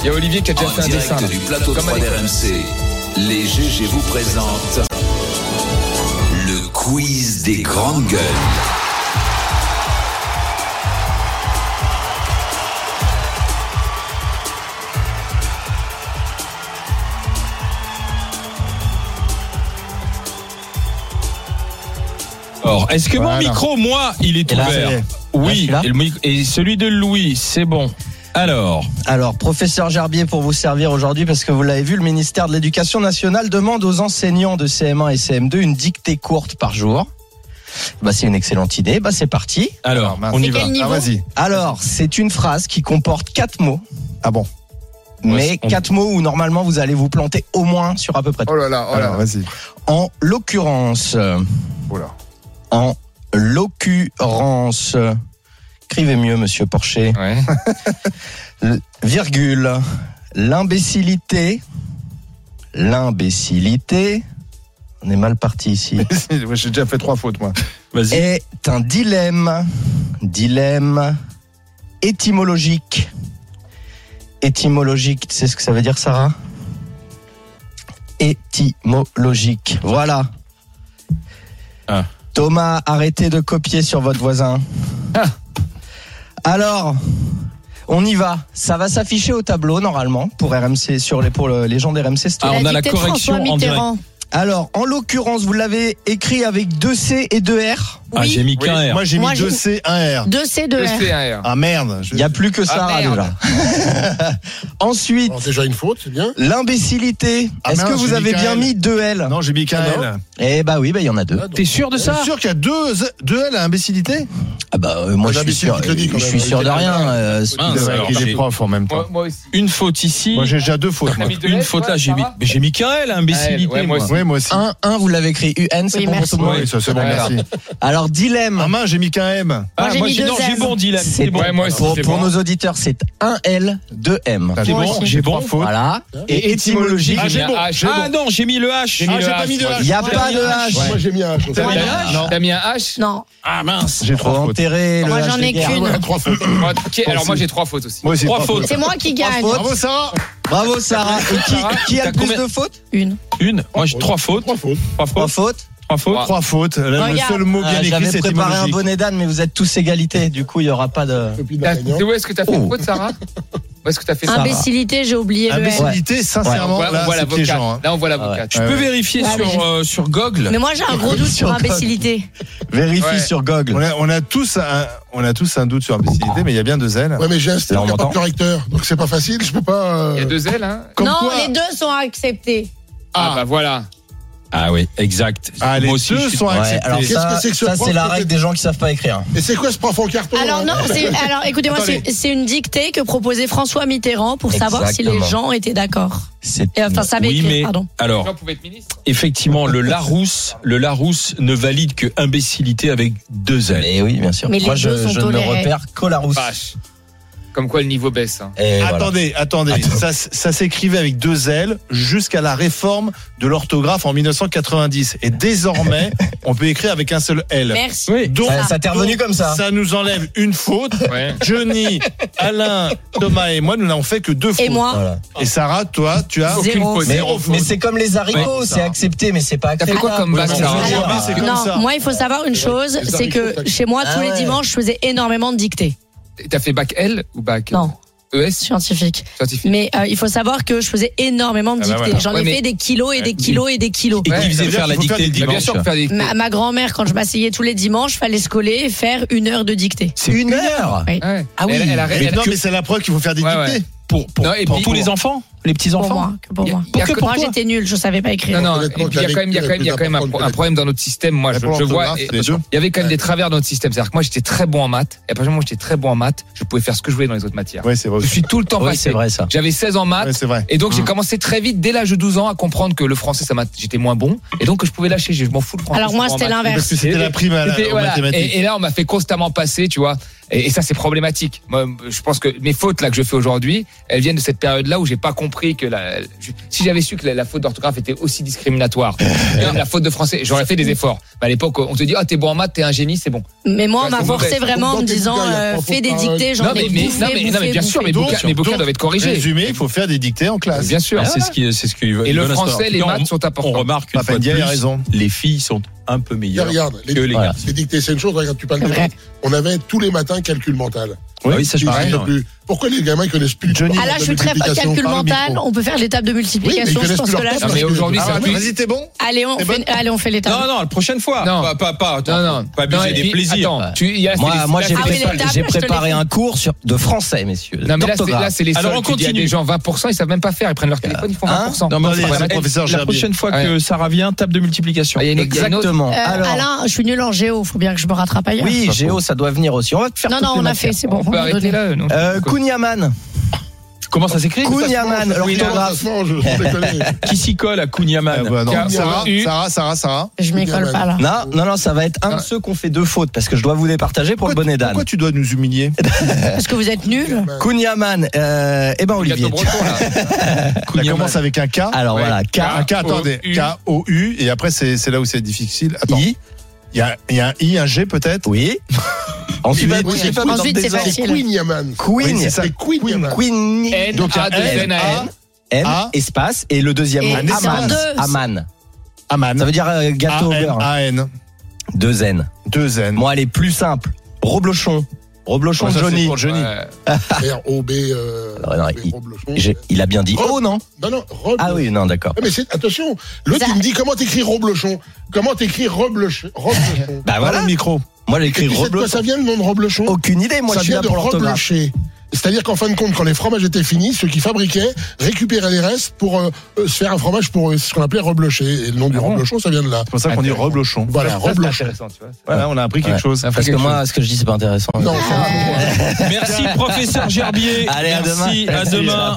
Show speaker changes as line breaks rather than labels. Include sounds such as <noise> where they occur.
Il y a Olivier qui a déjà
En
fait un dessin.
direct
là.
du plateau
Comme
3
à l'école.
d'RMC, les GG vous présentent le quiz des grandes gueules.
Alors, est-ce que
Voilà.
mon micro, moi, il est
Et là,
ouvert
c'est- là,
Oui.
celui-là
et, le mic- et celui de Louis, c'est bon. Alors,
Alors, professeur Gerbier, pour vous servir aujourd'hui, parce que vous l'avez vu, le ministère de l'Éducation nationale demande aux enseignants de CM1 et CM2 une dictée courte par jour. Bah, c'est une excellente idée. Bah, c'est parti.
alors,
mince.
on y
C'est
va.
quel niveau
Ah, vas-y.
Alors, c'est une phrase qui comporte quatre mots,
Ah bon
mais
Ouais, on-
quatre mots où normalement vous allez vous planter au moins sur à peu près. tout.
Oh là là, oh là.
Alors,
vas-y.
En l'occurrence, euh,
Oh là.
en l'occurrence, euh, écrivez mieux, Monsieur Porcher.
Ouais.
virgule, l'imbécilité, l'imbécilité, on est mal parti ici,
J'ai déjà fait trois fautes, <laughs> moi.
Vas-y.
est un dilemme, dilemme étymologique. Étymologique, tu sais ce que ça veut dire, Sarah Étymologique, voilà.
Ah.
Thomas, arrêtez de copier sur votre voisin. Alors, on y va. Ça va s'afficher au tableau normalement pour RMC sur les pour le- les gens d'RMC. c'est
Ah,
tout.
on
La
a la
dictée de
correction
François
en direct.
Mitterrand.
Alors, en l'occurrence, vous l'avez écrit avec deux C et deux R.
Ah,
Oui.
j'ai mis qu'un R.
Moi, j'ai
Moi,
mis deux
j'ai-
C, 1 R.
2C, 2R.
Ah merde. je-
Il n'y a plus que ça
Ah, merde.
déjà.
<laughs>
Ensuite,
Alors déjà une faute, c'est bien.
l'imbécilité.
Oh. Ah,
Est-ce
mince,
que vous
j'ai
avez
mis
bien
L.
mis deux L
Non, j'ai mis qu'un
Ah, non.
L.
Eh bah oui, bah il y en a deux.
Ah, donc,
T'es sûr de
T'es
ça
sûr qu'il y a deux, deux L à imbécilité
Ah bah euh, moi
Un
je suis
imbécile
sûr,
qui le dit, quand
je suis
même.
sûr de rien. euh,
Mince,
Il est-
alors,
Il
j'ai-
est prof en même temps.
Moi, moi aussi.
Une faute ici.
Moi, j'ai déjà deux fautes.
T'as mis deux
Une
lettres,
faute
toi,
là, j'ai mis,
Sarah
mais j'ai mis qu'un L, imbécilité.
Ouais,
<laughs>
ouais,
moi.
moi aussi.
Oui, moi aussi.
un, un, vous l'avez écrit UN, c'est
Oui,
bon pour
merci.
tout le monde.
Oui, ça c'est bon,
Ah,
merci.
Alors dilemme.
En main, j'ai mis qu'un M.
Ah,
Moi, j'ai
moi,
mis
j'ai
deux
non, j'ai
S.
bon, Dylan. C'est bon.
Ouais, moi aussi,
pour
c'est
pour
bon.
nos auditeurs, c'est un L, deux M.
T'as
J'ai
trois-
bon, j'ai
J'ai
bon.
trois fautes.
Voilà. Et étymologique.
Ah, j'ai bon. Ah, j'ai
Ah
bon.
non, j'ai mis le H.
J'ai mis
Ah,
le
j'ai
H,
pas mis de
moi.
H.
Il n'y a pas de H.
Moi j'ai mis un H.
T'as mis un
T'as-
H
Non.
T'as mis un H
Non,
Ah mince.
J'ai trois
Faut
fautes.
enterrer le
Moi,
H
j'en
de
ai
guerre.
qu'une.
Trois fautes.
Ok, alors moi j'ai trois fautes aussi.
Moi aussi.
Trois
trois
fautes.
C'est moi qui
Trois
gagne.
fautes.
Bravo, Sarah.
Bravo Sarah. Et qui, qui a
T'as
le plus
combien-
de fautes
Une.
Une. Moi, j'ai trois fautes.
Trois fautes.
Trois
Trois
fautes.
fautes.
Trois fautes.
Trois fautes. Le le
Regarde.
seul mot bien
Ah,
écrit,
J'avais
c'est
préparé un
étymologique.
bonnet d'âne, mais vous êtes tous égalité. Du coup, il y aura pas de.
Copie
T'as-
d'Artagnan.
C'est où est-ce que t'as fait
Oh.
une faute, Sarah Où est-ce que t'as fait ça
Imbécilité, j'ai oublié le R.
Imbécilité,
On
sincèrement,
voit- on
là,
voit
c'est piégeant.
l'avocat.
hein.
Là, on voit
Ah
l'avocat.
Je peux vérifier
Ouais, mais
sur, euh, sur Google.
Mais moi, j'ai un gros doute sur imbécilité.
Vérifie
Ouais.
sur
On
Google.
a, on a tous un, on a tous un doute sur l'imbécilité, mais il y a bien deux L.
Ouais mais j'ai un style
Là, on
qui a pas
m'entend
de correcteur, donc c'est pas facile. Je peux pas.
Il y a
euh,
deux L, hein
Comme
non,
quoi-
les deux sont acceptés.
Ah, bah voilà.
Ah oui, exact.
Ah, les
Moi aussi,
deux
je suis-
sont
Ouais,
acceptés.
alors
Qu'est-ce
ça,
que c'est que ce
ça,
prof
c'est la
qui a fait-
règle des gens qui savent pas écrire.
Et c'est quoi ce prof en carton
Alors non,
là bah,
c'est- alors écoutez-moi, c'est c'est une dictée que proposait François Mitterrand pour savoir si les
Exactement.
gens étaient d'accord.
C'est
Et Enfin, savaient
Oui,
écrire,
mais-
pardon.
Les
Alors,
gens pouvaient être ministres.
effectivement, le Larousse, le Larousse ne valide que imbécilité avec deux L.
Mais oui, bien sûr.
Mais les
Moi, je,
deux sont
je ne
tolérés.
repère qu'au Larousse.
Vache. Comme quoi le niveau baisse. hein.
Et voilà.
Attendez, attendez. Ça, s- ça s'écrivait avec deux L jusqu'à la réforme de l'orthographe en 1990.
<laughs>
Et désormais, on peut écrire avec un seul L.
Merci.
Oui.
Donc,
Ça- ça t'est revenu comme ça.
Ça nous enlève une faute.
Ouais.
<laughs>
Johnny, Alain, Thomas et moi, nous n'avons fait que deux fautes.
Et moi,
Voilà.
Et Sarah, toi, tu as.
Zéro.
Ah, Aucune faute.
Mais,
Zéro
mais
faute.
c'est comme les haricots,
Ouais.
c'est accepté, mais c'est pas
T'as
accepté.
fait quoi comme bac,
mais
Sarah
c'est
Alors,
mais c'est comme
non,
ça.
moi, il faut savoir une chose,
Les
c'est que
haricots, t'as-
chez moi,
Ah
tous les
ouais.
dimanches, je faisais énormément de dictées.
T'as fait bac L ou bac E
Non,
ES
scientifique.
scientifique
Mais euh, il faut savoir que je faisais énormément de
Ah bah
dictées.
voilà.
J'en
Ouais,
ai
mais-
fait des kilos et des kilos et des kilos.
Et
Ouais,
qui
ça
faisait
veut dire
faire la
qu'il
dictée
faut faire
le
des-
Bah, Bien
dimanche
sûr, faire des.
Ma, ma grand-mère, quand je m'asseyais tous les dimanches, fallait se coller et faire une heure de dictée.
C'est
Une heure
Oui.
Ouais.
Ah oui.
Elle, elle a-
Mais
elle a-
non, mais c'est la preuve qu'il faut faire des
Ouais, ouais.
dictées.
Pour, pour,
Non, et
pour
puis-
tous les enfants Ah, Les
Pour
petits-enfants
moi, que pour
Y a-
moi.
y a
Pour
que
moi,
pour toi
j'étais nulle, je savais pas écrire.
Non, non, et
Honnêtement,
puis il y a
la
quand même, il y a quand
lecture
même, il y a
est
quand même un,
plus
pro- un
importante
problème dans notre système. Moi, je,
La
je vois,
pornographe,
et-
les deux.
il y avait quand même des travers dans notre système. C'est-à-dire que moi, j'étais très bon en maths. Et à partir du moment où j'étais très bon en maths, je pouvais faire ce que je voulais dans les autres matières.
Oui, c'est vrai.
Je suis tout le temps
Oui,
passé.
c'est vrai ça.
J'avais 16 en maths.
Ouais, c'est vrai.
Et donc j'ai commencé très vite, dès l'âge de 12 ans, à comprendre que le français, ça m'a, j'étais moins bon, et donc que je pouvais lâcher. Je je m'en fous le français.
Alors
je
moi,
prends en
c'était
maths.
Parce
l'inverse.
que c'était la prime à la,
C'était-
aux
voilà.
mathématiques.
et, et là, on m'a fait constamment passer, tu vois. Et, et ça, c'est problématique. Moi, je pense que mes fautes là que je fais aujourd'hui, elles viennent de cette période-là où j'ai pas compris que la, je- si j'avais su que la, la faute d'orthographe était aussi discriminatoire, même la faute de français, j'aurais fait des efforts. Mais à l'époque, on te dit, ah, t'es bon en maths, t'es un génie, c'est bon.
Mais moi, on
Ouais,
m'a
c'est
forcé
mauvais.
vraiment en
Dans
me
tes
disant
bouquins, il y a
euh,
trois
fais des
fautes par-
dictées, j'en
Non, mais,
ai
mais- non,
bouffé,
mais, non, mais
bouffé,
bien sûr,
bouffé.
mes bouquins, mes bouquins doivent être corrigés.
Résumé, il faut faire des dictées en classe.
Bien sûr.
Ah, c'est ce qui, c'est ce qui
Et le français, les maths sont
On
importants.
remarque une fois de
Papendia a
plus,
raison.
les filles sont un peu meilleures
Regarde, les,
que les
Voilà.
garçons.
les dictées, c'est une chose. Regarde, tu parles des maths. On avait tous les matins calcul mental.
Ah oui, ça je
Ils
pareil.
savent plus. Pourquoi les gamins ils connaissent plus
Johnny.
Ah là, je suis très calcul mental. On peut faire l'étape de multiplication.
Oui, mais ils
je pense
connaissent
que là,
plus
Non, mais aujourd'hui,
Ah,
ça
ouais, Vas-y, t'es bon
allez, on
C'est
fait, allez, on fait l'étape.
Non, non, la prochaine fois.
Non.
Pas, pas, pas, attends,
Non, non.
pas abuser
Non, et
des
puis,
plaisirs.
Attends, tu, il y a-
Moi,
là,
moi
c'est
j'ai
les
Ah oui,
prépa-
les tables,
j'ai
je te les
préparé
fais.
un cours sur de français, messieurs.
Non, mais là, c'est, là,
d'orthographe.
c'est les
Alors,
seuls
on
qui- il y a
continue.
des gens 20%, ils savent même pas faire. Ils prennent leur téléphone, ils font
Hein
20%.
Non, mais
Allez,
on fera
vas-y,
la-
professeur
La
Gerbier.
prochaine fois
Ouais.
que ça revient, table de multiplication.
Ah, il y a une- il y a une autre-
Exactement.
Euh,
Alors,
Alain, je suis nul en géo. Faut bien que je me rattrape ailleurs.
oui, Géo, ça doit venir aussi. On va te faire
non,
toutes
non,
les
on a
matières.
fait. C'est bon.
On peut
m'a donné.
arrêter là. non
Euh, Kouniaman,
Comment
Ah,
ça s'écrit
Kouniaman, l'orthographe.
Qui s'y colle à Kouniaman
Ah, bah, non.
Car-
Sarah,
U.
Sarah, Sarah, Sarah.
Je m'y colle pas là.
Non, non, non, ça va être un de ceux qu'on fait deux fautes parce que je dois vous les partager pour le bonnet d'âne.
Ah. Pourquoi tu dois nous humilier
Parce que vous êtes nuls.
Kouniaman, euh, eh ben Olivier.
Gâteau breton, là.
Ça commence avec un K.
Alors
Ouais.
voilà, K,
Un K, attendez.
O, U.
K-O-U. Et après, c'est c'est là où c'est difficile. Attends.
I,
Il y a, il y a un I, un G peut-être
oui. Ensuite,
Oui,
vous
oui,
êtes
oui.
dans
Ensuite,
le
c'est
désordre.
facile.
Queen Yaman.
Queen,
Oui, c'est ça.
C'est Queen Yaman.
Queen,
N,
Donc, il y a
A, de N, A, N.
N,
A.
espace, et le deuxième
Et
mot,
un espace.
Aman.
Deux.
Aman.
Aman.
Ça veut dire euh, gâteau au beurre. hein.
A-N.
Deux N.
Deux N.
Moi, elle est plus simple. Roblochon. Roblochon
Ah, ça, c'est
Johnny.
pour Johnny.
Ouais.
R-O-B. Eh, euh,
Alors, non,
B,
il-
Roblochon.
J'ai- Il a bien dit.
Rob-
Oh non.
Non, non, Rob.
Ah oui, non, d'accord.
Ah, Mais c'est, attention, l'autre
Ça-
il me dit comment t'écris Roblochon Comment t'écris Roblochon
<laughs>
Roblochon
Bah
Parle
voilà.
au micro.
Moi, j'ai
Et
écrit
tu sais de quoi
Roblochon.
ça vient le nom de Roblochon
Aucune idée. Moi,
Ça
je suis
vient
là
de
pour l'orthographe.
reblocher. C'est-à-dire qu'en fin de compte, quand les fromages étaient finis, ceux qui fabriquaient récupéraient les restes pour euh, euh, se faire un fromage pour euh, ce qu'on appelait reblocher. Et le nom du
Ah bon
reblochon, ça vient de là.
C'est pour ça qu'on dit reblochon.
Voilà,
Ça, c'est
reblochon.
intéressant, tu vois.
Voilà, on a appris quelque chose.
Parce que moi, ce que je dis, c'est pas intéressant.
Non, ça va.
Merci, professeur Gerbier.
Allez, à
Merci,
demain.
à demain.